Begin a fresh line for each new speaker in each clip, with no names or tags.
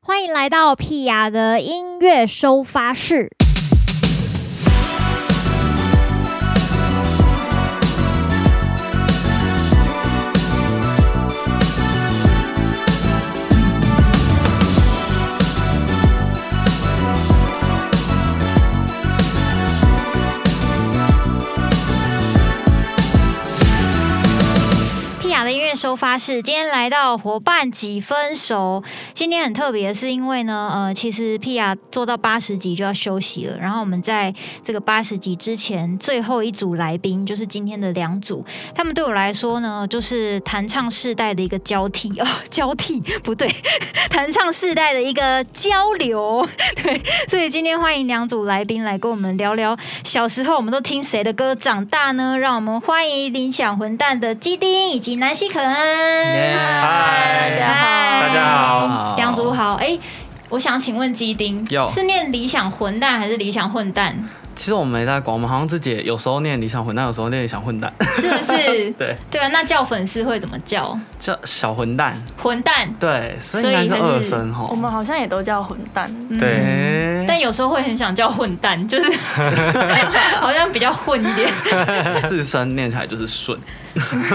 欢迎来到屁雅的音乐收发室。屁雅的音乐收发室，今天来到伙伴几分熟。今天很特别，是因为呢，呃，其实屁雅做到八十集就要休息了。然后我们在这个八十集之前，最后一组来宾就是今天的两组，他们对我来说呢，就是弹唱世代的一个交替哦， 交替不对， 弹唱世代的一个交流。 对，所以今天欢迎两组来宾来跟我们聊聊小时候我们都听谁的歌长大呢？让我们欢迎林想混蛋的基丁以及南希肯恩。
嗨
大家好
嗨
大家好
梁祖好。哎、我想请问基丁
哟，
是念理想混蛋还是理想混蛋？
其实我们没在管，我们好像自己也有时候念理想混蛋，有时候念理想混蛋，？
是不是
对，
对啊，那叫粉丝会怎么叫？
叫小混蛋，
混蛋。
对，所以
所
应
以
该是
还是
二声
我
吼。
们好像也都叫混蛋，
哎
对，
但有时候会很想叫混蛋，就是 好像比较混一点。
嗯
四声念起来就是顺，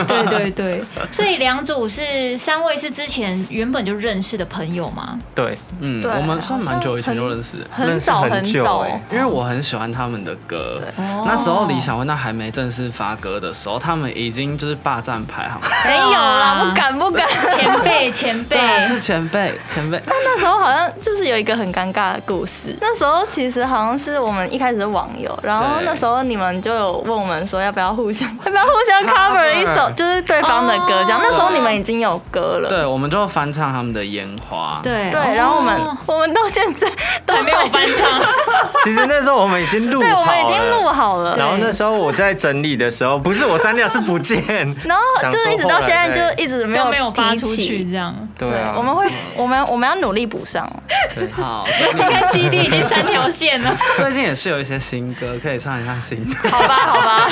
对对对，所以两组是三位是之前原本就认识的朋友吗？
对，
嗯，
对
我们算蛮久以前就认识，
很早
认识很久
早哦
欸
因为我很喜欢他们的歌。那时候理想混蛋还没正式发歌的时候，他们已经就是霸占排行榜，
没有啦，
哇
不敢不敢。
啊前辈前辈，
啊
啊
是前辈前辈，
那时候好像就是有一个很尴尬的故事。那时候其实好像是我们一开始是网友，然后
对
那时候你们就有问我们说要不要 互相要不要互相 cover 一首哦就是对方的歌，这样。那时候你们已经有歌了，
对，我们就翻唱他们的《烟花》，
对
对，然后我们
哦
我们到现在都
还没有翻唱，
其实那时候我们已经录好
对，
了，
我们已经录好了。
然后那时候我在整理的时候，不是我删掉，是不见。
然后就是一直到现在
想说后来
就一直没有
都没有发
提
出
起
去，这样。
对
对
啊，，
我们会，我们我们要努力补上。
好，所以你
你看基地已经三条线了，
最近也是有一些新歌，可以唱一下新歌。
好吧，好吧，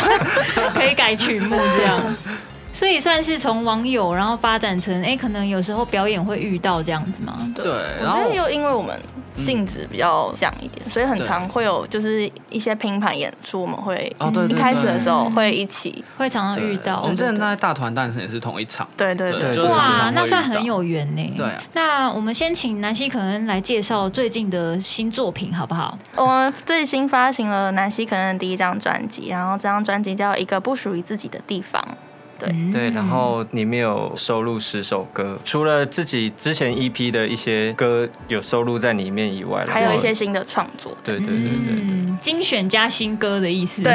可以改曲目这样。所以算是从网友，然后发展成哎、诶可能有时候表演会遇到这样子吗？
对
对
我
然后
觉得又因为我们性质比较像一点，所以很常会有就是一些拼盘演出，我们会
哦对对
一
对
开始的时候会一起，
会常常遇到。
我们之前在大团诞生也是同一场，
对对对
对，
对
就是常常
哇
会，
啊那算
遇到
很有缘呢、
对啊
那我们先请南希可恩来介绍最近的新作品好不好？
我们最新发行了南希可能的第一张专辑，然后这张专辑叫《一个不属于自己的地方》。
嗯
对，然后里面有收录十首歌，除了自己之前 EP 的一些歌有收录在里面以外，
还有
然后
一些新的创作。
对对对对对，
嗯，精选加新歌的意思，
对，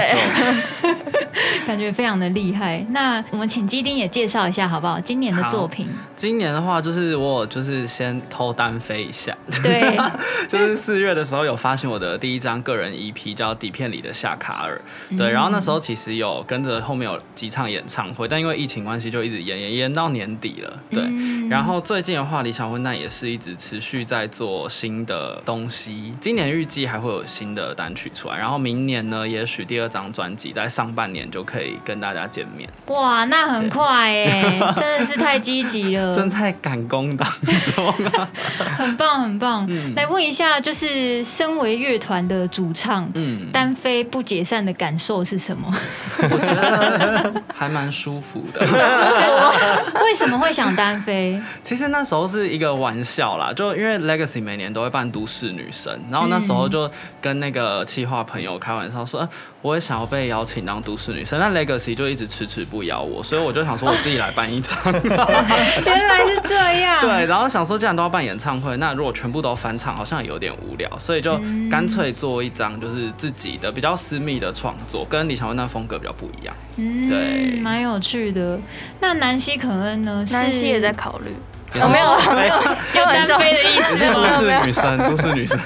感觉非常的厉害。那我们请基丁也介绍一下好不好？今年的
好
作品，
今年的话，就是我有就是先偷单飞一下，
对，
就是四月的时候有发行我的第一张个人 EP，叫《底片里的夏卡尔》。对，然后那时候其实有跟着后面有几场演唱会，但因为疫情关系就一直延延延到年底了。对，然后最近的话，理想混蛋也是一直持续在做新的东西，今年预计还会有新的单曲出来，然后明年呢，也许第二张专辑在上半年就可以跟大家见面。
哇，那很快 哎、真的是太积极了，
真太赶工当中啊！
很棒，很棒。来问一下，就是身为乐团的主唱，
嗯，
单飞不解散的感受是什么？
我觉得还蛮舒服的。
为什么会想单飞？
其实那时候是一个玩笑啦，就因为 Legacy 每年都会办都市女神，然后那时候就跟那个企划朋友开玩笑
嗯
说，呃我也想要被邀请当都市女神，但 Legacy 就一直迟迟不邀我，所以我就想说我自己来办一 场。
原来是这样。
对，然后想说既然都要办演唱会，那如果全部都翻唱，好像也有点无聊，所以就
嗯
干脆做一张就是自己的比较私密的创作，跟李小文那风格比较不一样。对
嗯，蛮有趣的。那南希肯恩呢？是
南希也在考虑，
有
我没有啦没有，
要
开
单
玩笑
飞的意思
没
都
有没有
是女生，都是女生。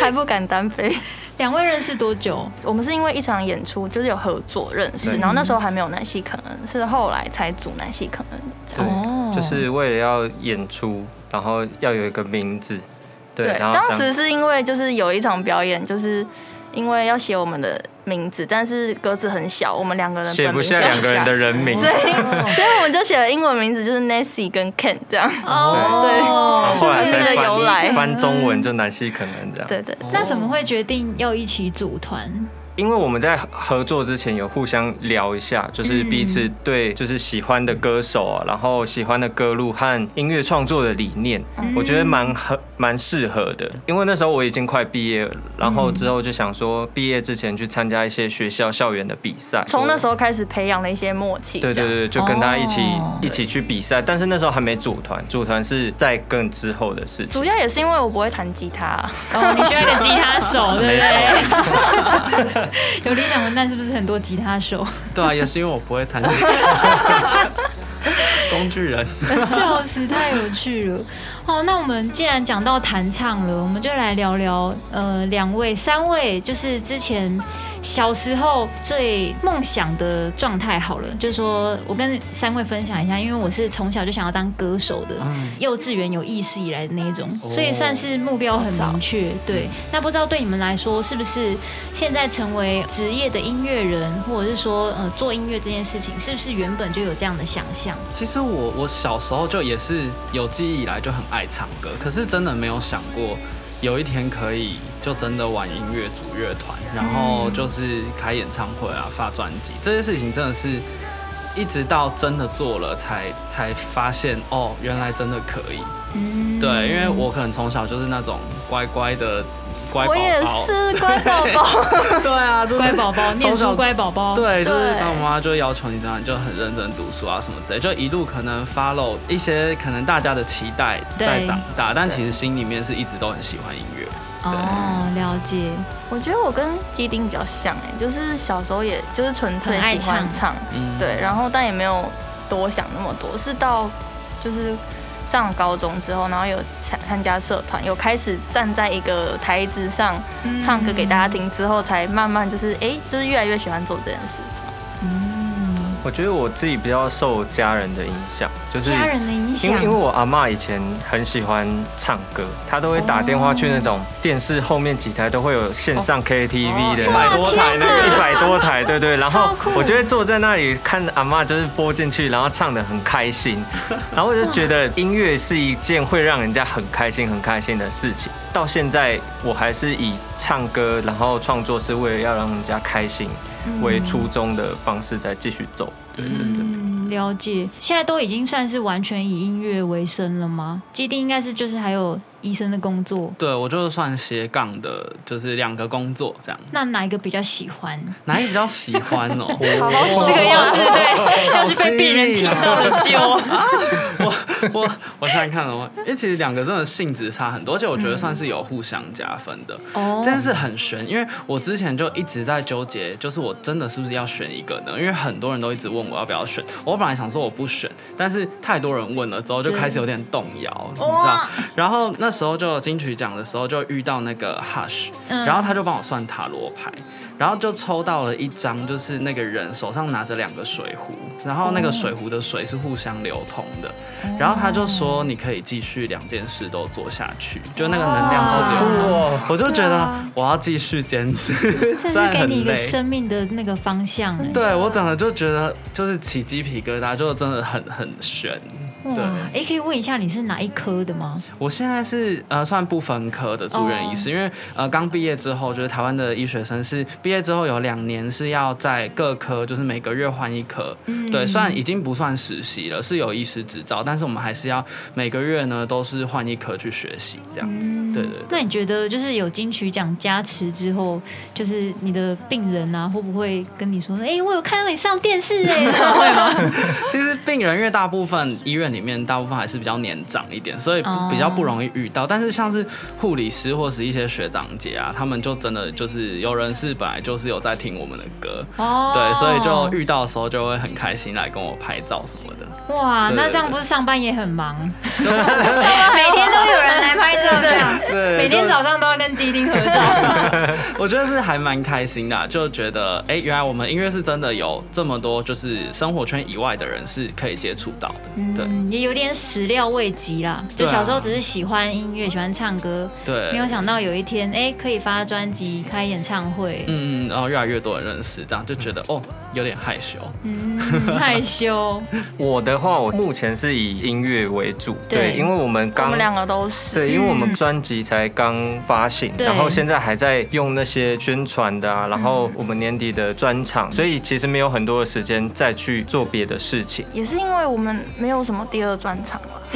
还不敢单飞。
两位认识多久？
我们是因为一场演出就是有合作认识，然后那时候还没有南希肯恩，是后来才组南希肯恩的。
哦
对，就是为了要演出，然后要有一个名字，对，
对，
然后
当
想
时是因为就是有一场表演，就是因为要写我们的名字，但是格子很小，我们两个人
写
本
不
名
下
写
两个 人的人名，
所以
哦
所以我们就写了英文名字，就是 Nancy 跟 Ken 这样。
哦，
对
后来
就是
才
的由
翻
来
翻中文就南希可能这样。
对对，
那怎么会决定要一起组团？
因为我们在合作之前有互相聊一下，就是彼此
嗯
对就是喜欢的歌手啊，然后喜欢的歌路和音乐创作的理念，
嗯
我觉得蛮合蛮适合的。因为那时候我已经快毕业了，然后之后就想说毕业之前去参加一些学校校园的比赛，
从那时候开始培养了一些默契。
对对
这样，
对，就跟他一起、
哦
一起去比赛，但是那时候还没组团，组团是在更之后的事情
主。要也是因为我不会弹吉他，啊
哦，你需要一个吉他手，对
没
不对？
错，
有理想文旦是不是很多吉他手？
对啊，也是因为我不会弹。 工具人，
笑死，太有趣了。哦，那我们既然讲到弹唱了，我们就来聊聊呃，两位、三位，就是之前小时候最梦想的状态好了。就是说我跟三位分享一下，因为我是从小就想要当歌手的，幼稚园有意识以来的那一种，所以算是目标很明确。对，那不知道对你们来说是不是现在成为职业的音乐人，或者是说呃做音乐这件事情，是不是原本就有这样的想象？
其实我我小时候就也是有记忆以来就很爱唱歌，可是真的没有想过有一天可以就真的玩音乐组乐团，然后就是开演唱会啊、发专辑这些事情，真的是一直到真的做了才才发现哦，原来真的可以。
嗯
对，因为我可能从小就是那种乖乖的乖宝
我也
宝，
是乖宝宝。
对啊，就是
乖宝 宝，念书乖宝宝。
对，就是
对
爸爸妈妈就要求你这样，你就很认真读书啊什么之类，就一路可能 follow 一些可能大家的期待
对
在长大，但其实心里面是一直都很喜欢音乐。
哦，了解。
我觉得我跟基丁比较像哎、就是小时候也就是纯粹
很爱
喜欢
唱
唱，
嗯，
对，然后但也没有多想那么多，是到就是上高中之后，然后有参参加社团，有开始站在一个台子上唱歌给大家听之后，才慢慢就是哎、就是越来越喜欢做这件事。
我觉得我自己比较受家人的影响，就是
家人的影
因
响
为因为，我阿嬷以前很喜欢唱歌，她都会打电话去那种电视后面几台都会有线
哦
上 KTV 的，
一百多台那
一
个，
百多台，对对。然
超
后
酷
我就会坐在那里看阿嬷就是播进去，然后唱的很开心，然后我就觉得音乐是一件会让人家很开心、很开心的事情。到现在我还是以唱歌，然后创作是为了要让人家开心为初衷的方式在继续走。对对对。
嗯，了解。现在都已经算是完全以音乐为生了吗？基地应该是就是还有医生的工作，
对我就是算斜杠的，就是两个工作这样，
那哪一个比较喜欢？
哪一个比较喜欢哦？
好好说，
这个要是 对，要是被病人听到了
啊
就，
我我想想看哦，因为其实两个真的性质差很多，而且我觉得算是有互相加分的。
哦
这件事很悬，因为我之前就一直在纠结，就是我真的是不是要选一个呢？因为很多人都一直问我要不要选，我本来想说我不选，但是太多人问了之后，就开始有点动摇，你知道
哇？
然后那时候就金曲奖的时候就遇到那个 Hush，
嗯
然后他就帮我算塔罗牌。然后就抽到了一张，就是那个人手上拿着两个水壶，然后那个水壶的水是互相流通的，
哦
然后他就说你可以继续两件事都做下去，就那个能量是流
哦
动的。我就觉得我要继续坚持，
啊这
虽
是
然
给你一
很累
个生命的那个方向。哎
对我整个就觉得就是起鸡皮疙瘩，就真的很很悬。
哇
对，
哎，可以问一下你是哪一科的吗？
我现在是呃算不分科的住院医师，因为呃刚毕业之后，就是台湾的医学生是毕业之后有两年是要在各科，就是每个月换一科。对，虽然已经不算实习了，是有医师执照，但是我们还是要每个月呢都是换一科去学习这样子。对对对。
那你觉得就是有金曲奖加持之后，就是你的病人啊，会不会跟你说，哎、我有看到你上电视哎、这 种会吗？
其实病人因为大部分医院里面大部分还是比较年长一点，所以不
哦
比较不容易遇到。但是像是护理师或是一些学长姐啊，他们就真的就是有人是本来就是有在听我们的歌，
哦
对，所以就遇到的时候就会很开心来跟我拍照什么的。
哇，
对
那
对
这样
对
不是上班也很忙？ 每天都有人来拍照，这样
对
每天早上都要跟基丁合照。
我觉得是还蛮开心的啊、就觉得哎、原来我们音乐是真的有这么多就是生活圈以外的人是可以接触到的。对
嗯，也有点始料未及啦。就
对啊
小时候只是喜欢音乐，喜欢唱歌，
对，
没有想到有一天，哎、可以发专辑、开演唱会。
嗯，然后越来越多人认识，这样就觉得哦，有点害羞。
嗯 害羞，
我的话，我目前是以音乐为主，
对
对，因为我们
我
刚
们两个都是。
对，因为我们
嗯
专辑才刚发行，
对
然后现在还在用那些宣传的啊，然
嗯
后我们年底的专场，所以其实没有很多的时间再去做别的事情。
也是因为我们没有什么第二专场吧？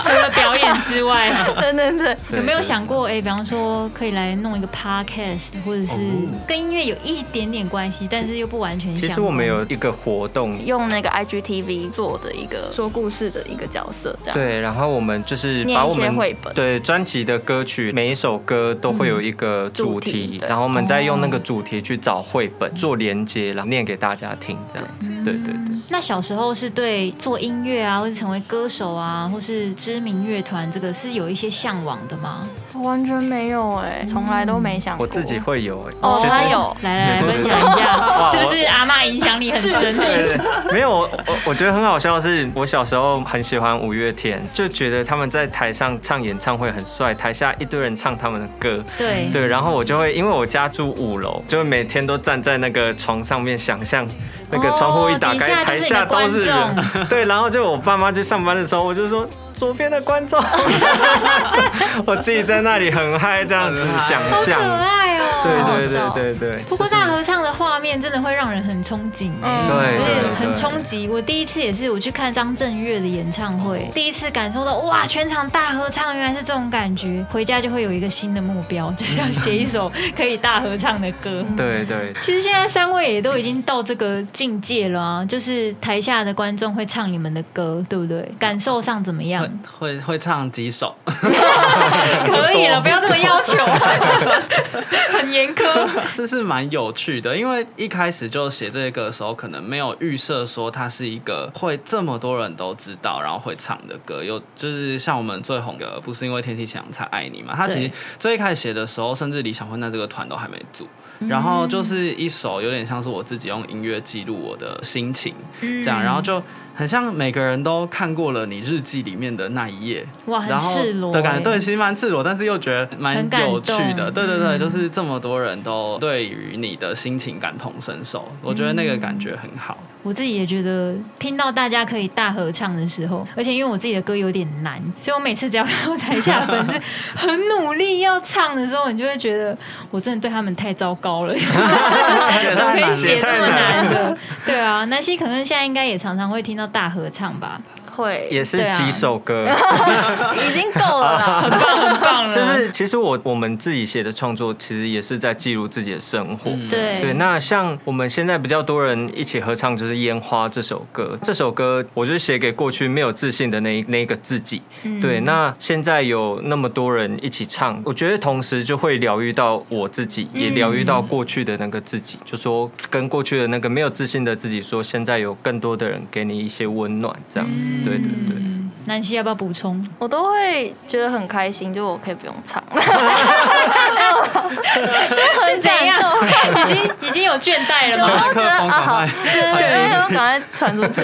除了表演之 外，
对对对，
有没有
对
想过，哎、比方说可以来弄一个 podcast，或者是
哦
跟音乐有一点点关系，但是又不完全相
其
关？
实我们有一个活动，
用那个 IGTV 做的一个说故事的一个角色，这样。
对，然后我们就是
念
把
一
我
些
们
绘本
对专辑的歌曲，每一首歌都会有一个主
嗯主题
题，
对哦
然后我们再用那个主题去找绘本做连接，然后念给大家听，这样子。对对对。
那小时候是对做音乐啊，或是成为歌手啊，或是知名乐团这个是有一些向往的吗？
我完全没有哎、从来都没想过。
我自己会有、欸，
哦
其实
他有
来来来，
对对
分享一下，是不是阿嬷影响你很深？
没有，我我我觉得很好笑的是，我小时候很喜欢五月天，就觉得他们在台上唱演唱会很帅，台下一堆人唱他们的歌。
对，
对，然后我就会，因为我家住五楼，就会每天都站在那个床上面，想象那个窗户一打开，
哦
台
底下
下
就是
都
你的
是人。对，然后就我爸妈去上班的时候，我就说左边的 观众，我自己在那里很嗨，这样子
很嗨
想
好可
象。
爱
对
哦。
对对对对。
不过大合唱的画面真的会让人很憧憬、欸，
嗯
对
就是
对
很
对
冲击。我第一次也是我去看张震岳的演唱
哦
会，第一次感受到哇，全场大合唱原来是这种感觉。回家就会有一个新的目标，就是
嗯
要写一首可以大合唱的歌。
对对
其实现在三位也都已经到这个境界了、啊，就是台下的观众会唱你们的歌，对不对？感受上怎么 样？
会会会唱几首，
可以了，不要这么要 求，很严苛。
这是蛮有趣的，因为一开始就写这些歌的时候，可能没有预设说它是一个会这么多人都知道，然后会唱的歌。有就是像我们最红的《不是因为天气晴朗才爱你》嘛，它其
对
实最一开始写的时候，甚至理想混蛋这个团都还没组。然后就是一首有点像是我自己用音乐记录我的心情，这样，然后就很像每个人都看过了你日记里面的那一页，
哇，很
然后
赤裸
的
欸
感觉，对，其实蛮赤裸，但是又觉得蛮
很感
有趣的，
动嗯
对对对，就是这么多人都对于你的心情感同身受，我觉得那个感
嗯
觉很好。
我自己也觉得，听到大家可以大合唱的时候，而且因为我自己的歌有点难，所以我每次只要看到台下的粉丝很努力要唱的时候，你就会觉得我真的对他们太糟糕了，
写
怎么可以写这
太
么
难
难的？对啊，南希可能现在应该也常常会听到大合唱吧，
会
也
对
是
啊
几首歌。
已经够了 啦。
很棒了，
就是其实我我们自己写的创作，其实也是在记录自己的生活。
对
对，那像我们现在比较多人一起合唱，就是《烟花》这首歌。这首歌我就写给过去没有自信的那一那一个自己。对，那现在有那么多人一起唱，我觉得同时就会疗愈到我自己，也疗愈到过去的那个自己。就说跟过去的那个没有自信的自己说，现在有更多的人给你一些温暖，这样子。对对对。
南希要不要补 充？
我都会觉得很开心，就我可以不用 唱，
是怎样？ 已经已经有倦怠了吗？
麦克风赶快
啊对对对，然后赶快传出去，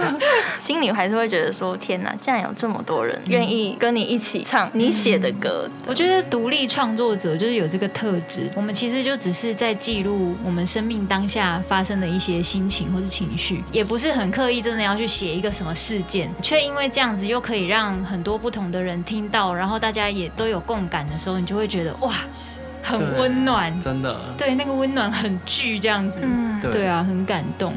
心里还是会觉得说，天哪，竟然有这么多人愿意跟你一起唱你写的歌，
我觉得独立创作者就是有这个特质，我们其实就只是在记录我们生命当下发生的一些心情或是情绪，也不是很刻意真的要去写一个什么事件，却因为这样子又可以让很多不同的人听到，然后大家也都有共感的时候，你就会觉得哇，很
对
温暖，
真的，
对，那个温暖很巨这样子，
嗯，
对
对啊，很感动。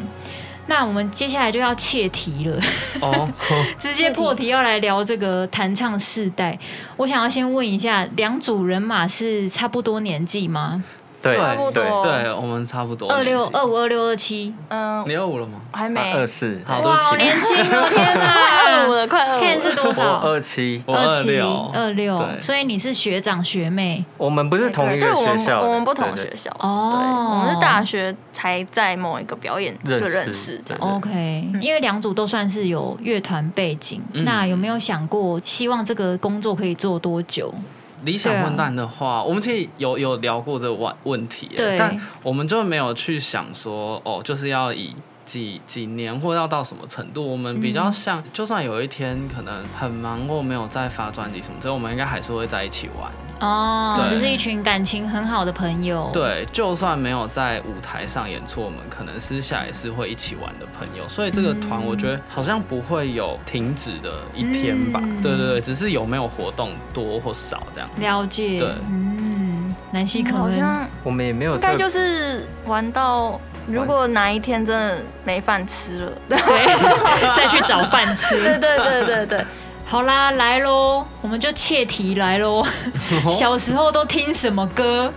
那我们接下来就要切题了。
哦，
直接破题要来聊这个弹唱世代，我想要先问一下，两组人马是差不多年纪吗？
对
差
不多
对，
对我们差不多。
二六
年纪
二，五二六二 七，
嗯，
你二五了吗？
还
八二
没，
四，
好，对
哇，好
不起，
年轻哦！天
二五
哪
了，快二五
，Ken
了，
是多
我
少？
二七，
我二
七
六
二六，
对
所以你是学长学妹
我们不是同一
对
个
我
学
们
校的，
我们不同
对
学。校，对，
哦
我们是大学才在某一个表演就认
认
识
识
这
哦
样。
对
OK，因
嗯
为两组都算是有乐团背景，
嗯
那有没有想过希望这个工作可以做多久？
理想混蛋的话，我们其实有有聊过这个问问题，欸
对
但我们就没有去想说哦，就是要以几几年或要到什么程度，我们比
嗯
较像，就算有一天可能很忙或没有再发专辑什么之类，我们应该还是会在一起玩。
哦，
对
就是一群感情很好的朋友。，
对，就算没有在舞台上演出，我们可能私下也是会一起玩的朋友，所以这个团我觉得好像不会有停止的一天吧。
嗯
对对对，只是有没有活动多或少这样。
了解。
对
嗯，南希可
好
能
像
我们也没有
应该
特
就是玩到，如果哪一天真的没饭吃了，
对再去找饭
对
吃。
对对对对，
好啦，来喽，我们就切题来喽。 小时候都听什么歌？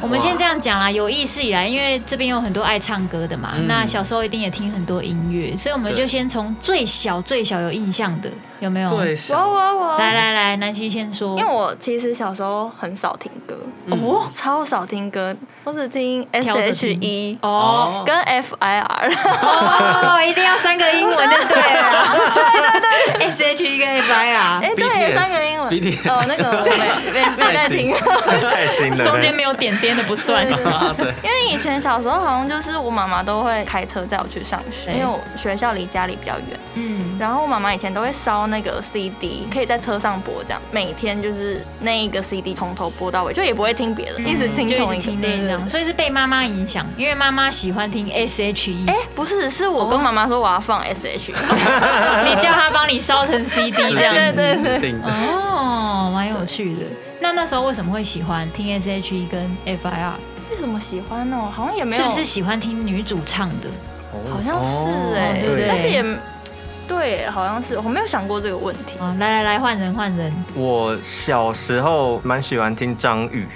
我们先这样讲啦，啊有意识以来，因为这边有很多爱唱歌的嘛，
嗯
那小时候一定也听很多音乐，所以我们
对
就先从最小最小有印象的，有没有？哦
最
我
小
我我，
来来来，南希先说。
因为我其实小时候很少听歌，
嗯
哦
超少听歌，我只听
挑
S
着
H
听
E
哦
跟 F I R，
哦，一定要三个英文就对了。对对对，S H E 跟 F I 啊，
哎，对，三个英文
BTS
哦，那个我没没没在听，
太新了呢，
中间没有点点的不算。
因为以前小时候好像就是我妈妈都会开车载我去上学，
对
因为我学校离家里比较远，
嗯，
然后我妈妈以前都会烧那个 CD，可以在车上播，这样每天就是那一个 CD 从头播到尾，就也不会听别的，一直听
嗯就
同
一
一个。
直听那
对
一
对
张，
对
所以是被妈妈影响，因为妈妈喜欢听 S H E，
哎、不是，是我跟妈妈说我要放 S H，、E
哎
你叫她帮你烧成 C D 这样。
对对对
定的。
哦，蛮有趣的。那那时候为什么会喜欢听 S H E 跟 F I R？
为什么喜欢呢？好像也没有，
是不是喜欢听女主唱的？
哦
好像是哎、
对对
但是也对，好像是我没有想过这个问题。
啊，来来来，换人换人。
我小时候蛮喜欢听张宇、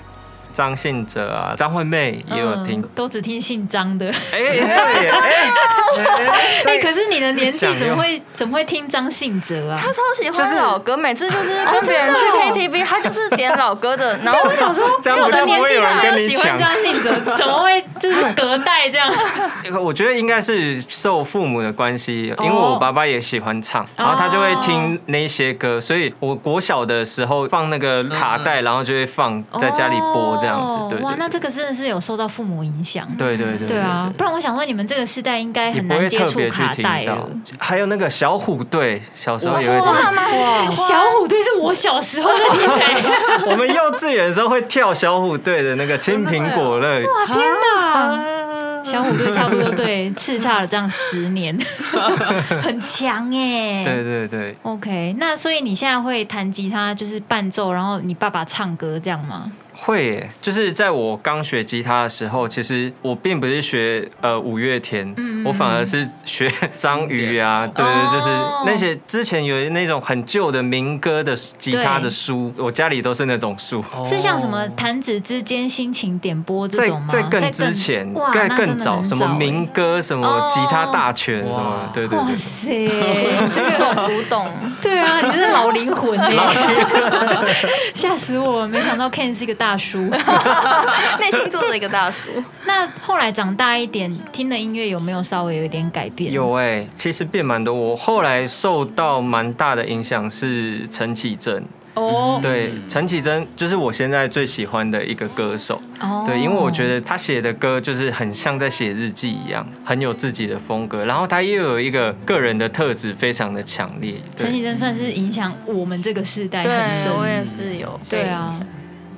张信哲啊、张惠妹也有听。
嗯都只听姓张的。
哎、对耶，哎、
哎、可是你的年纪
想
怎么
用
会怎么会听张信哲啊
他？超喜欢老歌，每次就是跟别人去 KTV，他就是点老歌的，然后我想说，
这样
我
不
的
就
年
不会
纪
有人
大
跟
都
你
喜欢
抢。
张信哲，怎么会就是隔代 这样？
我觉得应该是受父母的关系，因为我爸爸也喜欢唱，然后他就会听那些歌，所以我国小的时候放那个卡带，然后就会放在家里播这样子
哦。
对
哇，
对
那这个真的是有受到父母影响。
对对对
对啊，不然我想说你们这个世代应该
也
很
不
难
会
接
特
触
别去
卡带
听
了
到。。还有那个小虎队，小时候也会听。
妈妈很喜欢
小虎队是我小时候的听 的，
我们幼稚园的时候会跳小虎队的那个《青苹果乐》，
天哪！小虎队差不多对叱咤了这样十 年，很强哎、
对对对，
OK，那所以你现在会弹吉他，就是伴奏，然后你爸爸唱歌这样吗？
会耶。就是在我刚学吉他的时候，其实我并不是学呃五月天，
嗯
我反而是学张宇啊，对对，就是
哦
那些之前有那种很旧的民歌的吉他
对哦
的书，我家里都是那种书。
是像什么弹指之间心情点播这
在
种吗？
哦在更之前，
哇，
更
那
更
真的
早，
很
什么
欸
民歌，什么吉他大全，
哦
什么，对对
哇
对，
塞，
这个懂古董，
对啊，你真是老灵魂哎， 吓死我了！没想到 Ken 是一个大叔。
内心坐着一个大叔。
那后来长大一点，听的音乐有没有稍微有一点改变？
有哎、其实变蛮多。我后来受到蛮大的影响是陈绮贞，
哦，
对，陈绮贞就是我现在最喜欢的一个歌手。
哦
嗯对，因为我觉得她写的歌就是很像在写日记一样，很有自己的风格，然后她又有一个个人的特质非常的强烈。
哦陈绮
对，
贞算是影响我们这个世代
对
很深，，
我也是有被
对啊
影响。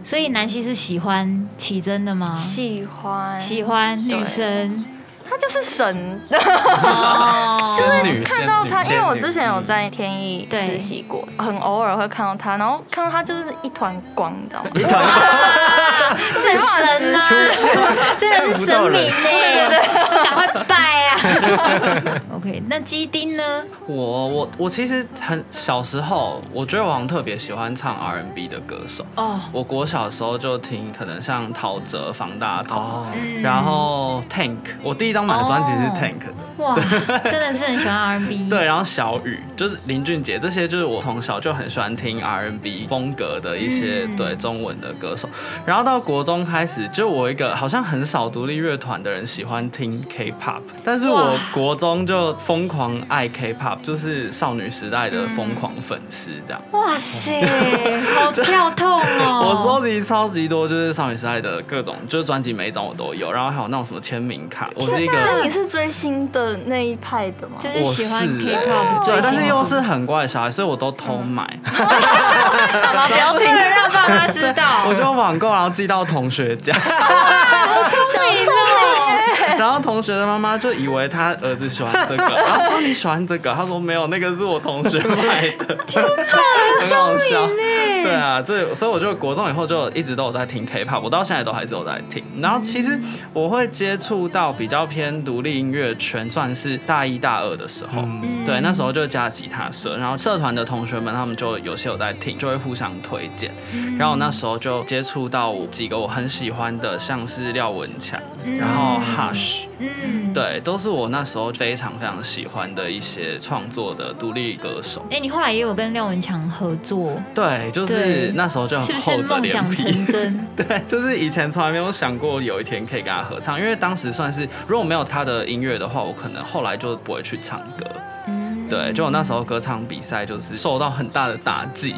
所以南希是喜欢绮贞的吗？
喜欢，
喜欢女生
他就是神，
哦，
仙女
看到他，因
仙女
为我之前有在天意
对
实习过，很偶尔会看到他，然后看到他就是一团光，你知道吗？
一团
是神啊，真的是神明呢，赶快拜啊！OK，那基丁呢？
我我我其实很小时候，我觉得我好像特别喜欢唱 R N B 的歌手。
哦，
我国小的时候就听，可能像陶喆、方大同，
哦
嗯
然后 Tank，我第一张买的专辑是
哦
Tank 的，
哇，真的是很喜欢 R&B。
对，然后小雨就是林俊杰，这些就是我从小就很喜欢听 R N B 风格的一些、
嗯
对中文的歌手。然后到国中开始，就我一个好像很少独立乐团的人喜欢听 K-pop，但是我国中就疯狂爱 K-pop，就是少女时代的疯狂
嗯
粉丝这样。
哇塞， 好跳痛哦！
我收集超级多，就是少女时代的各种，就是专辑每一张我都有，然后还有那种什么签名卡。我是一
那
个，
你是追星的那一派的吗？
就是
我
喜欢
是欸
K-pop
对，
最
但
新
是
的
又
作
是
品，
很怪的小孩，所以我都偷
嗯
买，
爸爸不要
不
听，
能让爸妈知道，
我就网购，然后寄到同学家。
聪明哦了，
然后同学的妈妈就以为他儿子喜欢这 个，然后说你喜欢这个，他说没有，那个是我同学买的， 天哪，很好笑。对啊，这所以我就国中以后就一直都有在听 K-pop，我到现在都还是有在听。然后其实我会接触到比较偏独立音乐圈，算是大一大二的时候，对，那时候就加吉他社，然后社团的同学们他们就有些有在听，就会互相推荐。然后我那时候就接触到几个我很喜欢的，像是廖文强，然后 Hush。
嗯。
对，都是我那时候非常非常喜欢的一些创作的独立歌手。
哎、你后来也有跟廖文强合作，
对，就
对
是那时候就是很
不是
嗯厚着
梦
脸
想
皮。
成真？
对，就是以前从来没有想过有一天可以跟他合唱，因为当时算是如果没有他的音乐的话，我可能后来就不会去唱歌。
嗯
对，就我那时候歌唱比赛就是受到很大的打 击，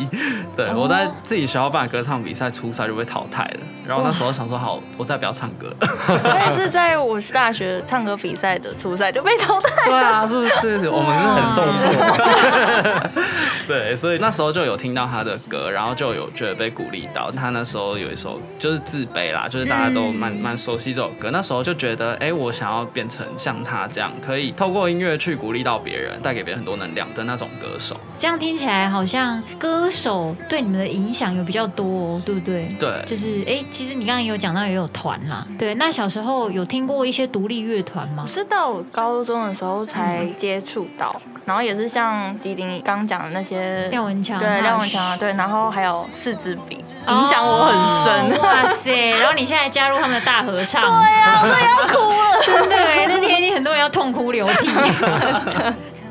对、我在自己学校办的歌唱比赛初赛就被淘汰了，然后那时候想说好，我再不要唱歌 了。
我也是在我是大学唱歌比赛的初赛就被淘汰。
对啊，是不是？我们是很受挫。对，所以那时候就有听到他的歌，然后就有觉得被鼓励到。他那时候有一首就是自卑啦，就是大家都蛮蛮熟悉这首歌。那时候就觉得，哎、我想要变成像他这样，可以透过音乐去鼓励到别人，带给别人很多能量的那种歌手。
这样听起来好像歌手对你们的影响有比较多、哦，对不对？
对
就是哎、其实你刚刚也有讲到也有团啦，对。那小时候有听过一些独立乐团吗
我？是到我高中的时候才接触到，然后也是像吉林刚讲的那些，
廖文强，
对廖文强啊，对，然后还有四支笔，影响我很深。
哦哇塞！然后你现在加入他们的大合唱，对呀、啊，这要哭了，真的哎，那天一定很多人要痛哭流 涕。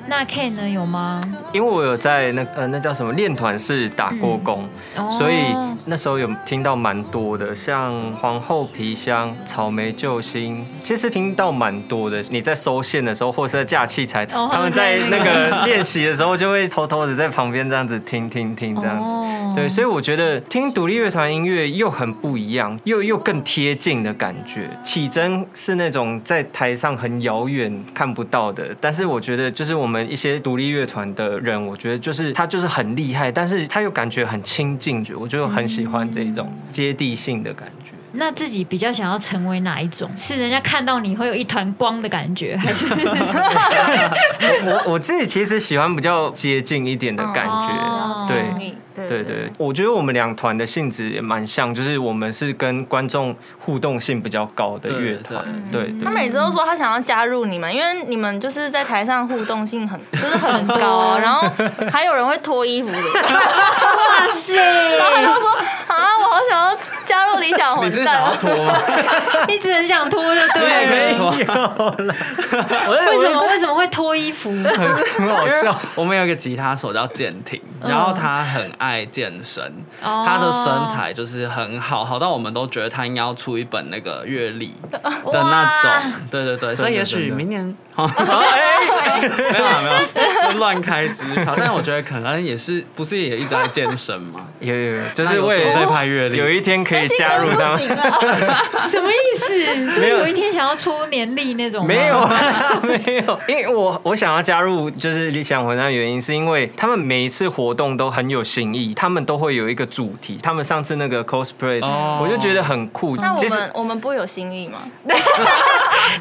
那 Ken 呢？有吗？
因为我有在那呃那叫什么练团是打过工，
哦
所以那时候有听到蛮多的，像皇后皮箱、草莓救星，其实听到蛮多的。你在收线的时候，或是在架器材，
哦
他们在
他们在
那
那
个练习的时候，就会偷偷的在旁边这样子听听听这样子。
哦
对，所以我觉得听独立乐团音乐又很不一样，又又更贴近的感觉。启真是那种在台上很遥远看不到的，但是我觉得就是我们一些独立乐团的人，我觉得就是他就是很厉害，但是他又感觉很亲近，我就很喜欢这一种接地性的感觉。
那自己比较想要成为哪一种？是人家看到你会有一团光的感 觉，还是
我我自己其实喜欢比较接近一点的感
哦
觉，对。
对
对对，我觉得我们两团的性质也蛮像，就是我们是跟观众互动性比较高的乐团，对对
他每次都说他想要加入你们，因为你们就是在台上互动性很，就是很高，然后还有人会脱衣服的，
哇 塞，
然后他就说啊，我好想要加入理想
你
混
是
蛋
想
哦
要，脱吗？
一直很想脱就 对了。
有啦，为
为什么为什么会脱衣 服？
很好笑？
我们有一个吉他手叫健庭，然后他很爱健身，
嗯哦
他的身材就是很好，好到我们都觉得他应该要出一本那个月历的那 种。对对对，所以也许明 年，好没有啦没有啦，是乱开支票。但我觉得可能也是，不是也一直在健身嘛？
有有有，就是为
他有准
了
备拍月历
有一天可以加入他们。
什么意思？所以
没有
有一天想要出年历那种吗？
没有啊， 没有，因为我我想要加入就是理想混蛋的原因，是因为他们每一次活动都很有新意，他们都会有一个主题。他们上次那个 cosplay，、
哦
我就觉得很酷。
那我
其实
们我们不会有新意吗？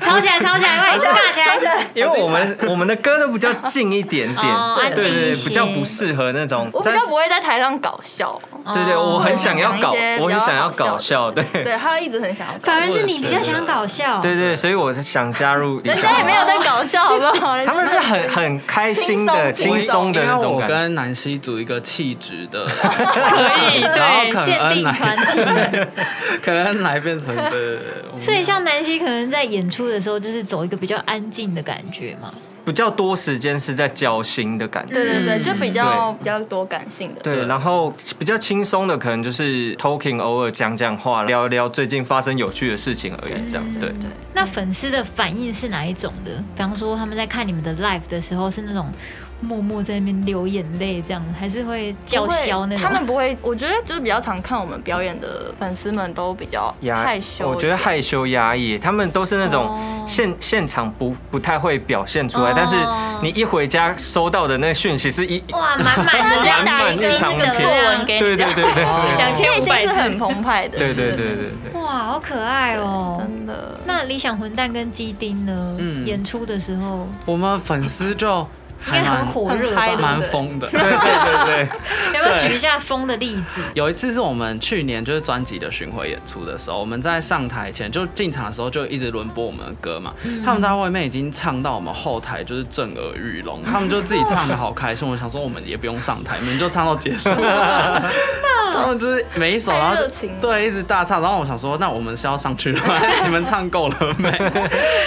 吵起来，吵起来，快 点尬起来！
因为我们我们的歌都比较近一点 点，
哦安
对
静
对
一
对，
些
比较不适合那种。
我比较不会在台上搞笑，
对对，我很想要搞，
讲一些比较
我很想要搞
好
笑，
笑
对
对他一直很想要 搞
反，而是你比较想搞笑。
对对，所以我是想加入理
人
想
家。也没有在搞笑，好不好？
他们是很很开心的、轻
轻
松
松
的
因为
那种
我
感觉。
跟南希组一个气质 的，
可以
然后
对
可
限
能
定团体。
可能来变成对对对，我们
所以像南希可能在演出的时候，就是走一个比较安静的感觉嘛。
比较多时间是在交心的感觉。
对对对，
嗯
就比较比较多感性的。
对，
对
然后比较轻松的可能就是 talking，偶尔讲讲话，聊一聊最近发生有趣的事情而已，这样对。
那粉丝的反应是哪一种的？比方说他们在看你们的 live 的时候，是那种默默在那边流眼泪这样，还是会叫嚣那种？
他们不会，我觉得就是比较常看我们表演的粉丝们都比较害羞一点。
我觉得害羞压抑，他们都是那种
哦
现、现场不不太会表现出来，
哦
但是你一回家收到的那个讯息是一，
哇，满满 的这样
满满
打
一
新
长
的
篇
作文给
对
你
对
的
对对
两千
内
五
心
百
是很
字，
澎湃的。
对对对对对对，
哇，好可爱哦！
真的。
那理想混蛋跟鸡丁呢？
嗯
演出的时候
我们粉丝就
应
还
该
蛮
很火热吧？
还蛮
蛮疯的。
对对对对，
要不要举一下风的例子？
有一次是我们去年就是专辑的巡回演出的时候，我们在上台前就进场的时候就一直轮播我们的歌嘛，
嗯
他们在外面已经唱到我们后台就是震耳欲 聋，他们就自己唱的好开心。我想说我们也不用上台，你们就唱到结 束。天哪！他们就是每一首，
太
然后就
热情了
对一直大唱，然后我想说那我们是要上去 了吗？你们唱够了没？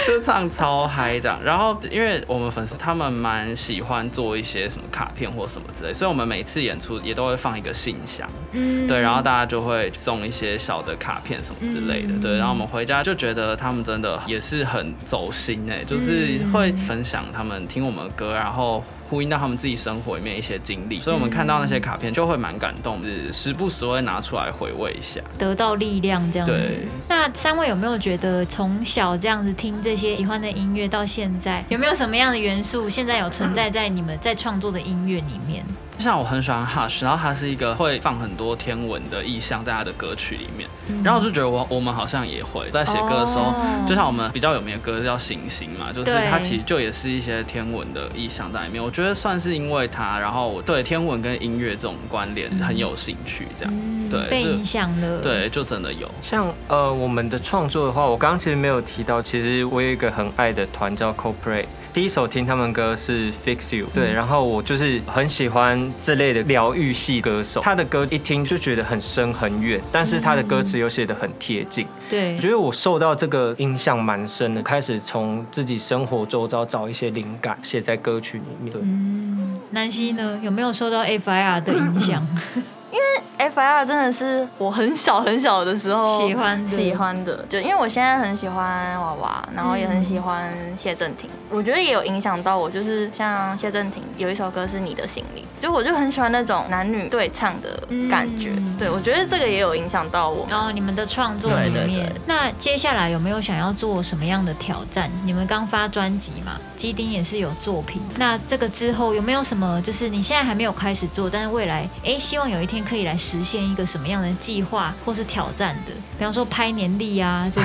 就唱超嗨这样。然后因为我们粉丝他们蛮喜欢做一些什么卡片或什么之类，所以我们每次演出也都会放一个信箱。
嗯，
对，然后大家就会送一些小的卡片什么之类的，对，然后我们回家就觉得他们真的也是很走心哎、就是会分享他们听我们的歌，然后。呼应到他们自己生活里面一些经历，所以我们看到那些卡片就会蛮感动，就是时不时会拿出来回味一下。
得到力量这样子
对。
那三位有没有觉得从小这样子听这些喜欢的音乐到现在，有没有什么样的元素现在有存在在你们在创作的音乐里面？
就像我很喜欢 Hush，然后它是一个会放很多天文的意象在它的歌曲里面，然后我就觉得我我们好像也会在写歌的时候，
嗯哦
就像我们比较有名的歌叫《行星》嘛，就是
对
它其实就也是一些天文的意象在里面。我觉得算是因为它，然后我对天文跟音乐这种关联很有兴趣，这样、
嗯被
对
影响了。
就，对就真的有。
像呃我们的创作的话，我刚刚其实没有提到，其实我有一个很爱的团叫 Coldplay。第一首听他们歌是 Fix You，对，然后我就是很喜欢这类的疗愈系歌手，他的歌一听就觉得很深很远，但是他的歌词又写得很贴近。
对
我觉得我受到这个影响蛮深的，开始从自己生活周遭找一些灵感，写在歌曲里面。对
南希呢，有没有受到 FIR 的影响？
FIR 真的是我很小很小的时候
喜欢的
喜欢的，就因为我现在很喜欢娃娃，然后也很喜欢谢振廷，我觉得也有影响到我，就是像谢振廷有一首歌是《你的行李》，就我就很喜欢那种男女对唱的感觉，
嗯
对我觉得这个也有影响到我。
然后你们的创作里面，
嗯对对对
那接下来有没有想要做什么样的挑战？你们刚发专辑嘛，基丁也是有作品，那这个之后有没有什么，就是你现在还没有开始做，但是未来，哎，希望有一天可以来实现一个什么样的计划或是挑战的？比方说拍年历啊，这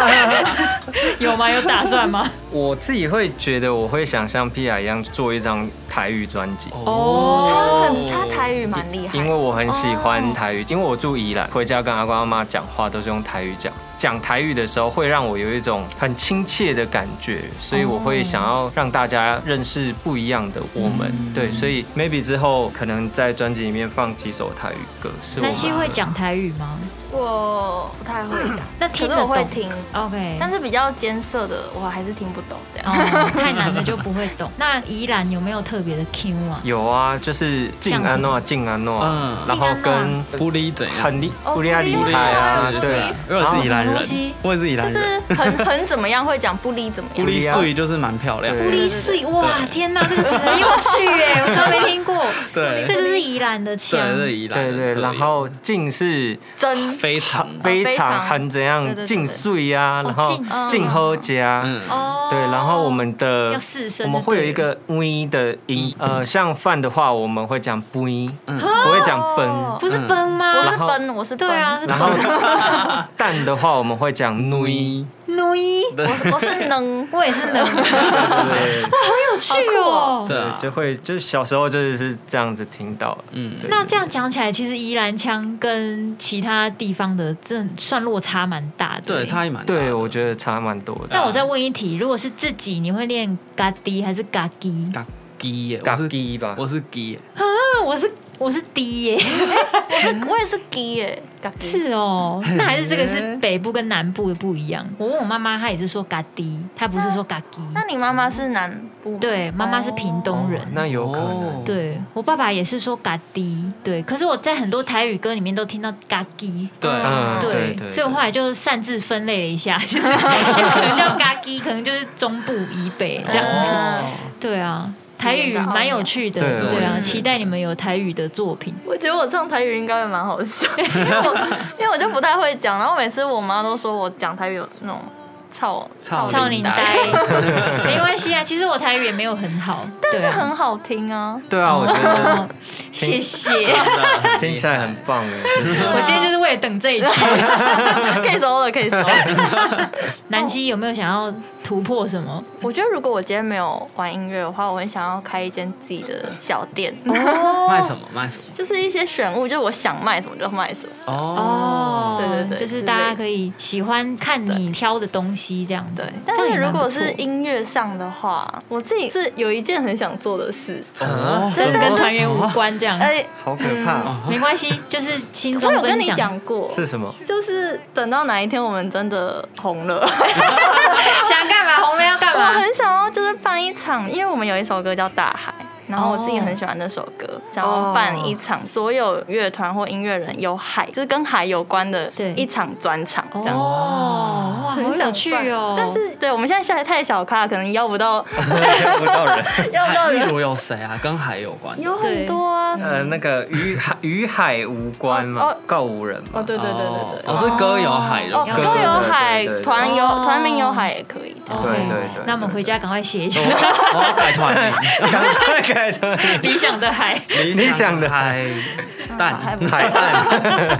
种有吗？ 有打算吗？
我自己会觉得，我会想像 P R 一样做一张台语专辑。
哦，他很他台语蛮厉害
因
的
为。我很喜欢台语因为我住宜兰，回家跟阿公阿妈讲话都是用台语讲。讲台语的时候会让我有一种很亲切的感觉，所以我会想要让大家认识不一样的我们。对，所以 maybe 之后可能在专辑里面放几首台语歌，是我
南希
们
会讲台语吗？
我不太会 讲，
那
可
听
是
得
我会
懂
听，
，OK，
但是比较艰涩的我还是听不懂这样。
哦，太难的就不会懂。那宜兰有没有特别的 Q 啊？
有啊，就是静安诺，啊静安诺，
嗯
然后跟
不离怎样？
很厉
哦
不厉害厉
布利
害啊
亚，
对
布利
啊
亚，
因为我是宜兰
什么东
人
西，
我也是宜
就
兰人。
是很 很怎么样会讲不离怎么
不
样，
离碎就是蛮漂亮的，
对
玻璃碎，哇，天哪，这个词很有趣哎，我从来没听过。
对
所以这是宜兰的腔。
对，是宜兰
嗯对
人特
对，
别。
然后静是
真
非常
啊
非
非
常
常
很怎
对
样
对对
静碎啊，然后
静嗯
静喝家，
嗯，
哦
对，然后我们的
要四声
我
就
们会有
对
一个 v 的音，
嗯
呃，像饭的话我们会讲 v，不会讲
哦
奔，
不是崩
我
吗？
是奔，我是奔
对啊，，是
然
崩
后 蛋的话我们会讲 nui，
奴一，
我 是我是能
我也是能，好
对
有趣
好
哦。
对
对
啊，，
就会就是小时候就是是这样子听到的，
嗯，
对
那这样讲起来，其实宜兰腔跟其他地方的，这算落差蛮大的。
对，差异蛮大的。
对我觉得差蛮多的。
那我再问一题，如果是自己，你会练嘎滴还是嘎叽？
嘎鸡耶，我
嘎
是
鸡吧，
我是鸡耶，
那我是我是 D 耶、
我是我也是 G 耶、欸，
是哦，那还是这个是北部跟南部的不一样。我问我妈妈，她也是说嘎滴，她不是说嘎滴。
那你妈妈是南部吗？
对，妈妈是屏东人。
那有可
哦
能。
对我爸爸也是说嘎滴，对。可是我在很多台语歌里面都听到嘎滴，
对，
嗯，
对，
对对，
所以我后来就擅自分类了一下， 就是有可能叫嘎叽，可能就是中部以北这样子。
哦
对啊，台语蛮有趣的，
对
对啊，
嗯
期待你们有台语的作 品。
我觉得我唱台语应该会蛮好笑， 因为我因为我就不太会讲，然后每次我妈都说我讲台语有那种操
操
操
林
你
呆
呆，没关系啊，其实我台语也没有很好，
但
对
是
啊，
很好 听啊。
对啊，我觉
哦
得
谢 谢。
啊听起来很棒哎，就是
我今天就是为了等 这一句。
可以收了，可以收 了。
南希有没有想要突破什么？
我觉得如果我今天没有玩音乐的话，我很想要开一间自己的小店，哦
卖什么卖什么
就是一些选物，就是我想卖什么就卖什么。
哦，
对对对
就是大家可以喜欢看你挑的东西这样子
对，。
这
但
样也
是
蛮
如果
不错
是音乐上的话，我自己是有一件很想做的事，
嗯
啊
但是跟团员无关这样，
哎，
好可怕，
没关系，就是轻
我
松
有跟
分
你
享。
讲过，
是什 么？
就是等到哪一天我们真的红 了。
想干嘛？红梅要干
我？很想要就是办一场，因为我们有一首歌叫《大海》，然后我自己很喜欢那首歌，
哦
想要办一场所有乐团或音乐人有海，就是跟海有关的
对
一场专场这样。
哦，哇，好
很想
有趣哦
办！但是对我们现在下来太小咖，可能邀不 到，
见不到人。
邀不到
例
人。
如有谁啊？跟海有关的？
有很多啊，
嗯
呃，那个与海与海无关嘛
哦哦，
告无人嘛
哦，。对对对对对。
哦，是歌有海的
哦，
歌
对
歌有海
对对对，对
团有
哦
团名有海也可以。这样
OK，
对对对
哦 那我们回家赶快写一下
我要改团
赶快改的
理想的海，
名，
理想的
海
海
蛋
不。
海岸，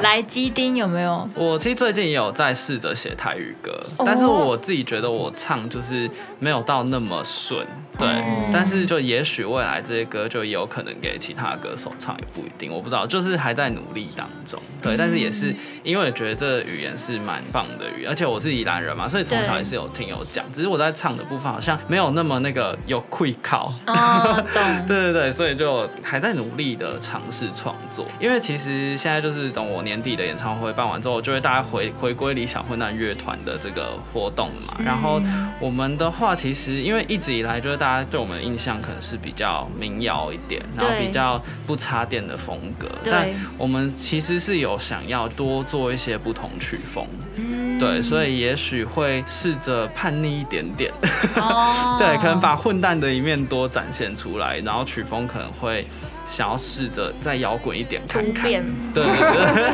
来基丁有没有？
我其实最近也有在试着写台语歌，但是我自己觉得我唱就是没有到那么顺，对。但是就也许未来这些歌就也有可能给其他歌手唱，也不一定，我不知道，就是还在努力当中，对。但是也是因为我觉得这语言是蛮棒的语言，而且我是宜兰人嘛，所以从小也是有听有讲，只是我在唱的部分好像没有那么那个有愧靠，
哦，懂。
对对对，所以就还在努力的尝试创作，因为其实现在就是等我年底的演唱会办完之后，就会大家回回归理想混蛋乐团的这个活动嘛。
嗯
然后我们的话，其实因为一直以来就是大家对我们的印象可能是比较民谣一点，然后
对
比较不插电的风格，
对
但我们其实是有想要多做一些不同曲风，
嗯
对，所以也许会试着叛逆一点点。
哦，
对，可能把混蛋的一面多展现出来，然后曲风可能会想要试着再摇滚一点看
突
看。
变，
对对对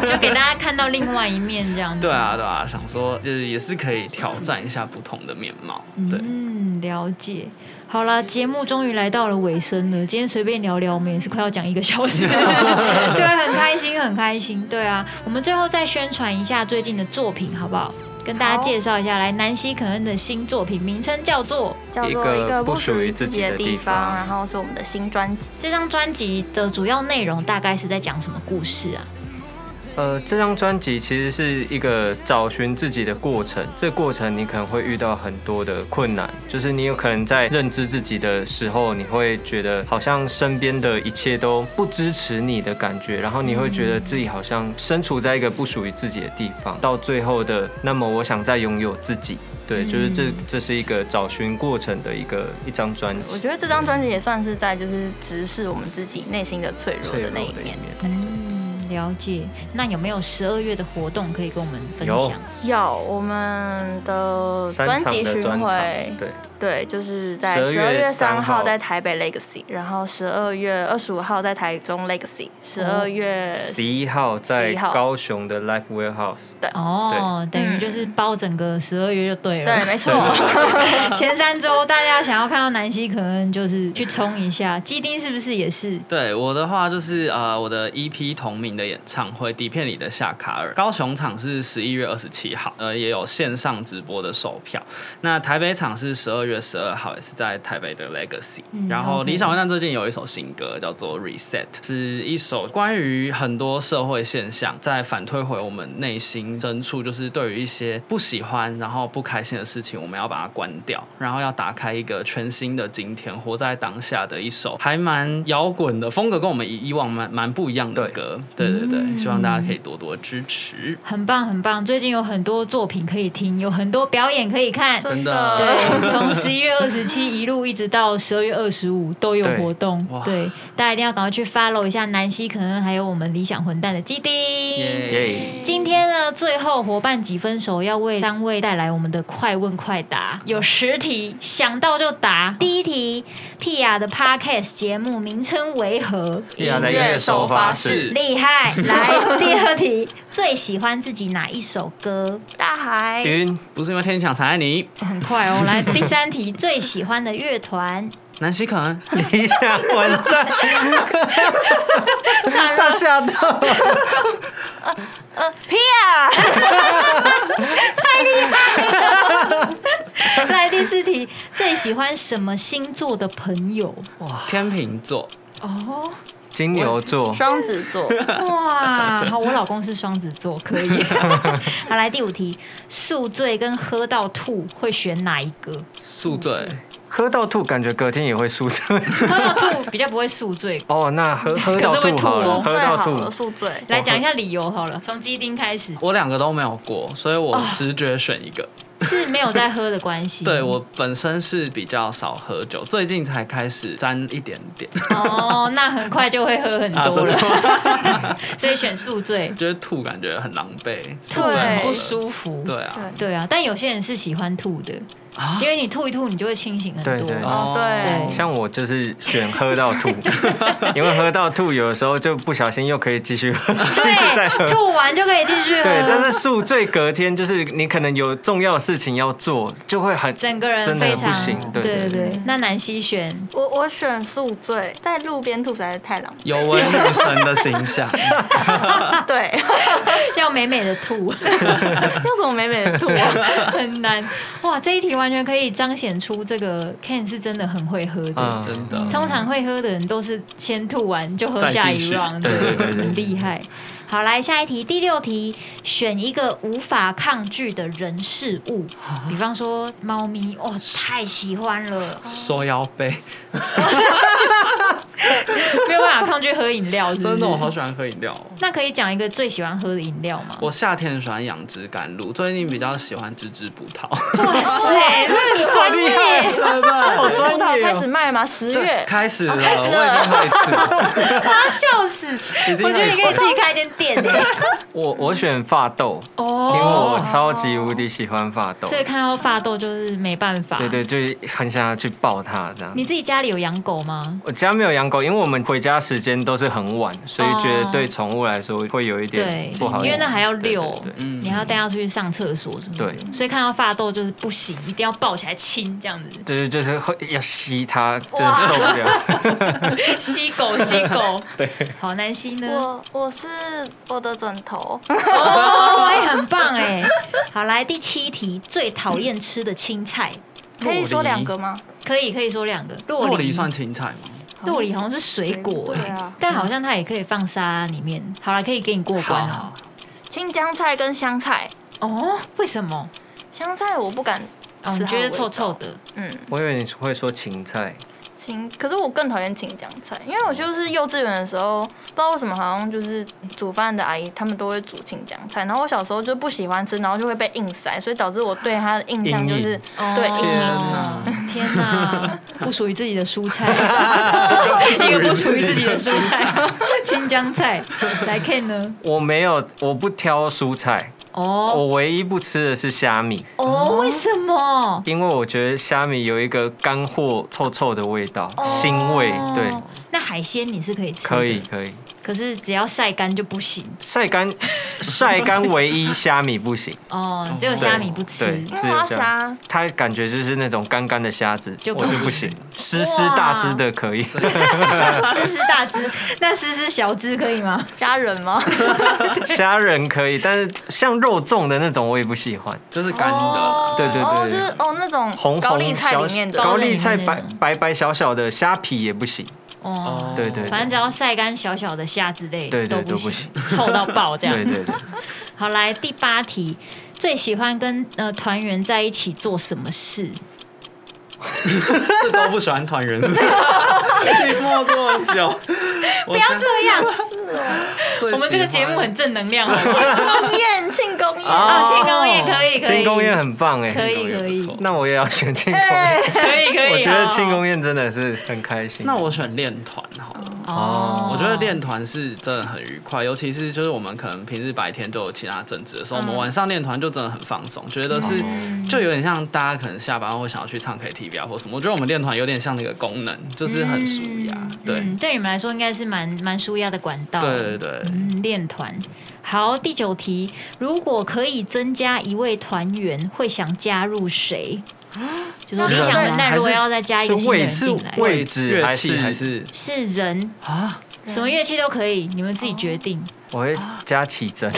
哦就给大家看到另外一面这样子。
对啊对啊，想说就是也是可以挑战一下不同的面貌。对，
嗯，了解。好啦，节目终于来到了尾声了。今天随便聊聊，我们也是快要讲一个小时，对啊，很开心，很开心。对啊，我们最后再宣传一下最近的作品，好不好？跟大家
好
介绍一下，来南希肯恩的新作品名称叫做
叫
一
做
个
一个
不
不
属
属
于
于
自
自己
己
的
的地
地
方
方，然后是我们的新专辑。
这张专辑的主要内容，大概是在讲什么故事啊？
呃，这张专辑其实是一个找寻自己的过程，这个过程你可能会遇到很多的困难，就是你有可能在认知自己的时候，你会觉得好像身边的一切都不支持你的感觉，然后你会觉得自己好像身处在一个不属于自己的地方，到最后的，那么我想再拥有自己。对，就是这，这是一个找寻过程的一个一张专
嗯我
辑，
觉得这张专辑也算是在就是直视我们自己内心的脆弱
脆
的
弱
那一
的一
面
面。。
嗯，了解。那有没有十二月的活动可以跟我们分
有
享？
要我们的
三
专
场
辑
的
巡
专场，
回，
对，
对，就是在
12
12
月
月
3
3
号
号在台北 Legacy，然后12月25号在台中 Legacy，12月
十一号在
呃11号
高雄的 Life Warehouse。
哦，等于
嗯
就是包整个十二月就对了。
对，没错，
前三周大家想要看到南希，可能就是去冲一下。基丁是不是也是？
对我的话就是呃，我的 EP 同名的演唱会《底片里的夏卡尔》，高雄场是十一月二十七号，呃，也有线上直播的售票。那台北场是十二月十二号也是在台北的 Legacy。
嗯
然后
OK
李小文最近有一首新歌叫做《Reset》，是一首关于很多社会现象在反推回我们内心深处，就是对于一些不喜欢然后不开心的事情，我们要把它关掉，然后要打开一个全新的今天，活在当下的一首还蛮摇滚的风格，跟我们以以往蛮蛮不一样的歌。对对对，希望大家可以多多支持。
很棒很棒。最近有很多作品可以听，有很多表演可以 看。
真的
对，从十一月二十七一路一直到十二月二十五都有
对
活动
哇，
对，大家一定要赶快去 follow 一下南希，可能还有我们理想混蛋的基地。
耶
耶！
今天呢，最后伙伴几分手要为三位带来我们的快问快答，有十题，想到就答。第一题，屁雅的 podcast 节目名称为何？
叶雅的音乐手法是
厉害！来，第二题，最喜欢自己哪一首歌？
大海
云
不是因为天气想才爱你，
很快哦。 来，第三题，最喜欢的乐团？
南希可 能
理想混蛋，
惨
他
了，
吓到，
呃，Pia，
来第四题，最喜欢什么星座的朋友？
天秤座，
哦，
金牛座，
双子座，
哇，好，我老公是双子座，可 以。好，来第五题，宿醉跟喝到吐会选哪一 个？
宿醉。
喝到吐，感觉隔天也会宿醉。
喝到吐比较不会宿醉。
哦，那喝喝到
可是会
吐
吐
好了，
哦
喝
宿醉
到
好了，
吐，
宿醉。
来讲一下理由好了，从基丁开
哦
始，
我两个都没有过，所以我直觉选一个。
是没有在喝的关 系。
对我本身是比较少喝酒，最近才开始沾一点点。
哦，那很快就会喝很
啊
多了，
真
所以选宿醉，
觉得吐感觉很狼狈，
吐
宿醉好
很
了
不舒服。
对啊，
对啊，但有些人是喜欢吐的，因为你吐一吐，你就会清醒很多。
啊对对
哦对
像我就是选喝到 吐，因为喝到吐有的时候就不小心又可以继续喝， 继
对
续再喝。
吐完就可以继续喝。
对，但是宿醉隔天就是你可能有重要的事情要做，就会很
整个人
真的
非常
不行。对
对
对对，
对。那南希选
我我选宿醉，在路边吐实在是太狼
有文女神的形 象，
狈。 对，
要美美的吐，
用什么美美的吐啊？
很难哇！这一题完全可以彰显出这个 Ken 是真的很会喝的。
嗯，
真的。
通常会喝的人都是先吐完就喝下
再继
一
续
round，
对对对对
很厉害。好，来下一题，第六题，选一个无法抗拒的人事物，
啊
比方说猫咪，哦，太喜欢 了，
收腰杯，
没有办法抗拒喝饮料，是不
真
是
的？我好喜欢喝饮料哦。
那可以讲一个最喜欢喝的饮料吗？
我夏天喜欢养殖甘露，最近比较喜欢芝芝葡萄。
哇塞，那很专业，
真的，
葡萄开始卖了吗？十月
哦开始了，我已经喝一次 了，
啊，笑死！
已经
我觉得你可
喝一
以
次
自己开一间店呢。
我我选发豆，因为
哦，
我超级无敌喜欢发豆
所，以看到发痘就是没办法。
对，对，就是很想要去抱它这样
你。自己家里有养狗吗？
我家没有养狗，因为我们回家时间都是很晚，所以觉得对宠物来说会有一
哦对
点不好意，思，
因为那还要遛，
对对对
你还要带它出去上厕所什么的。
对，
所以看到发痘就是不行，一定要抱起来亲这样子
就是就是会要吸它，就是受不了。
吸狗吸狗。对，好南希呢？
我我是我的枕头，
哦，也很棒哎。好，来第七题，最讨厌吃的青菜，
可以说两个吗？
可以可以说两个，
洛
洛
梨算青菜吗？
洛梨好像是水果
对
哎
啊，
但好像它也可以放沙里面。好了，可以给你过关了
好。
青江菜跟香菜，
哦，为什么？
香菜我不敢
哦，
吃
你觉
它的
得
味
臭臭
道？
的？
嗯，
我以为你会说芹菜，
青，可是我更讨厌青江菜，因为我就是幼稚园的时候，不知道为什么好像就是煮饭的阿姨他们都会煮青江菜，然后我小时候就不喜欢吃，然后就会被硬塞，所以导致我对它的印象就
阴
是
影
对
哦
阴
天
影。
哪，
天哪，不属于自己的蔬 菜，一个不属于自己的蔬菜，青江菜。来 Ken 呢？
我没有，我不挑蔬菜，
哦
我唯一不吃的是虾米，
哦，为什么？
因为我觉得虾米有一个干
哦
货臭臭的味道，腥味。对，
那海鲜你是可以吃的，
可以可以，
可是只要晒干就不行
晒干 晒干唯一虾米不行，
哦，只有虾米不
对
吃，，
只
因为
有
花
虾
虾
米，它感觉就是那种干干的虾子，
就不
我就不
行
行，湿湿大只的可以，
湿湿大只， 那湿湿小只可以吗？
虾仁吗？
虾仁可以，但是像肉粽的那种我也不喜欢。
就是干的，
对对
哦，
对，
就是哦那种
红
高
红
丽菜
小
里面的
高丽菜
高丽菜
白白白小小的虾皮也不行，
哦，
对对
反正只要晒干小小的虾之类，
对对
都
都不
行，臭到爆这样。
对对对，
好，来第八题，最喜欢跟呃团员在一起做什么事？
是都不喜欢团 圆，寂寞这么久，不
不要这样，哦我
我
们这个节目很正能量，好不好？
宫宴庆功宴，
啊，庆功宴可 以，可以，
庆功宴很棒哎，
可以，
庆
可
功宴
以
不，错
那我也要选庆功宴。
可以，可以。
我觉得
好
庆功宴真的是很开心。
那我选练团好了。
哦，
我觉得练团是真的很愉快，尤其是就是我们可能平日白天都有其他正职的
嗯
时候，我们晚上练团就真的很放松，觉得是
哦
就有点像大家可能下班后会想要去唱 KTV 啊或什么。我觉得我们练团有点像那个功能，就是很舒压。对
嗯，对你们来说应该是蛮蛮舒压的管道。
对对对，
嗯，练团。好，第九题，如果可以增加一位团员，会想加入谁？就是说理想人，但如果要再加一个新的人进来
是，位置
乐
还
器
是
还是
是人，
啊？
什么乐器都可以，你们自己决定。
我会加 起针，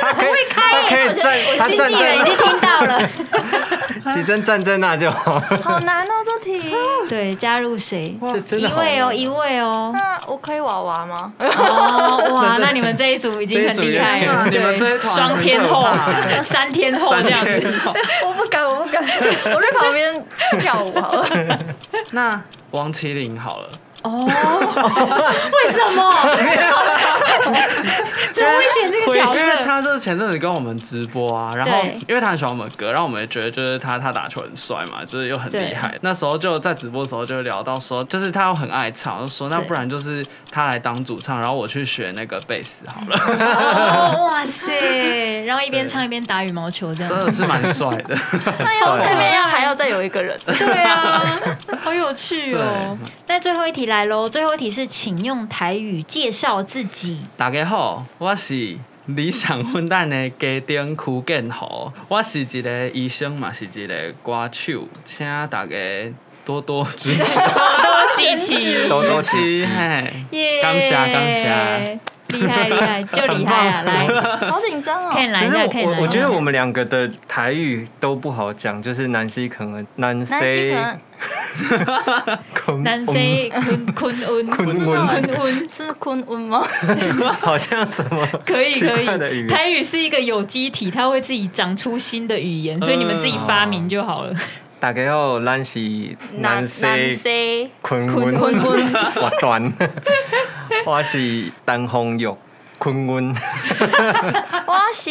他可以他可以站，他
经
站
纪人已经
在
听到了，
起针站在那就好。
好难哦这 题。
对，加入谁？
这真
一
的好
位哦，
难。
一位哦。
那我可以娃娃吗？
哦，哇， 那你们这一组已经很厉害了，
这一组也是你们这一
对，
团
双天后
很可怕、欸
三天后这样子。
我不敢，我不敢， 我在旁边跳舞好了。
那王麒麟好了，
哦，为什么？怎么会选 这个角
因为
色？
他就是前阵子跟我们直播啊，然后
对
因为他很喜欢我们的歌，然后我们也觉得就是他他打球很帅嘛，就是又很厉害。那时候就在直播的时候就聊到说，就是他又很爱唱，就说那
对
不然就是他来当主唱，然后我去学那个贝斯好了，
哦，哇塞！然后一边唱一边打羽毛球
嗯
这
真
样。哎
的是蛮帅的。
我对面要还要再有一个人。
对 啊，好有趣哦
对。
那最后一题来喽，最后一题是请用台语介绍自 己。
大家好，我是理想混蛋的家丁曲建豪，我是一个医生嘛，是一个歌手，请大家多多支持，
都集齐，
多多支持
嘿。
耶！
感谢感谢，
厉害厉害，就厉害啊！来，
好紧张哦！
可以来
只
一
是
下，可以
我
来。哦
我觉得我们两个的台语都不好讲，就是南希可能南
南希
希
可能
昆
南 C 坤
嗯
坤恩
昆
坤
文
恩。
是坤温吗？
好像什么
可以
奇
可
怪的语
以，
言。
台语是一个有机体，它会自己长出新的语
嗯
言，所以你们自己发明就好了。
大家好，南希南
南
希
西
昆
昆
文
昆昆
我 端，我是单红玉昆 文。
我是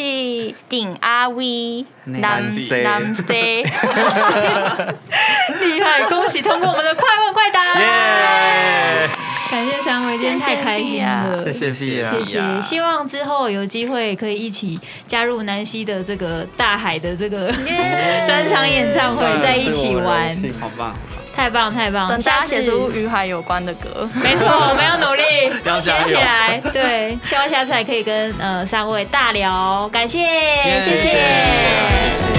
顶阿威，南
南西
南西，
厉害，恭喜通过我们的快问快答！
耶！
感谢三位，今天太开心了。
谢谢
谢啊
谢啊
谢
谢谢，
谢，
希望之后有机会可以一起加入南希的这个大海的这 个
哦
专场演唱会，在一起玩，
好棒！
太棒太棒！
等大
下
家
次
写出与海有关的歌。
没错，我们要努力
要加
写
油
起来。对，希望下次还可以跟呃三位大聊，感谢，谢
谢谢
谢
谢谢。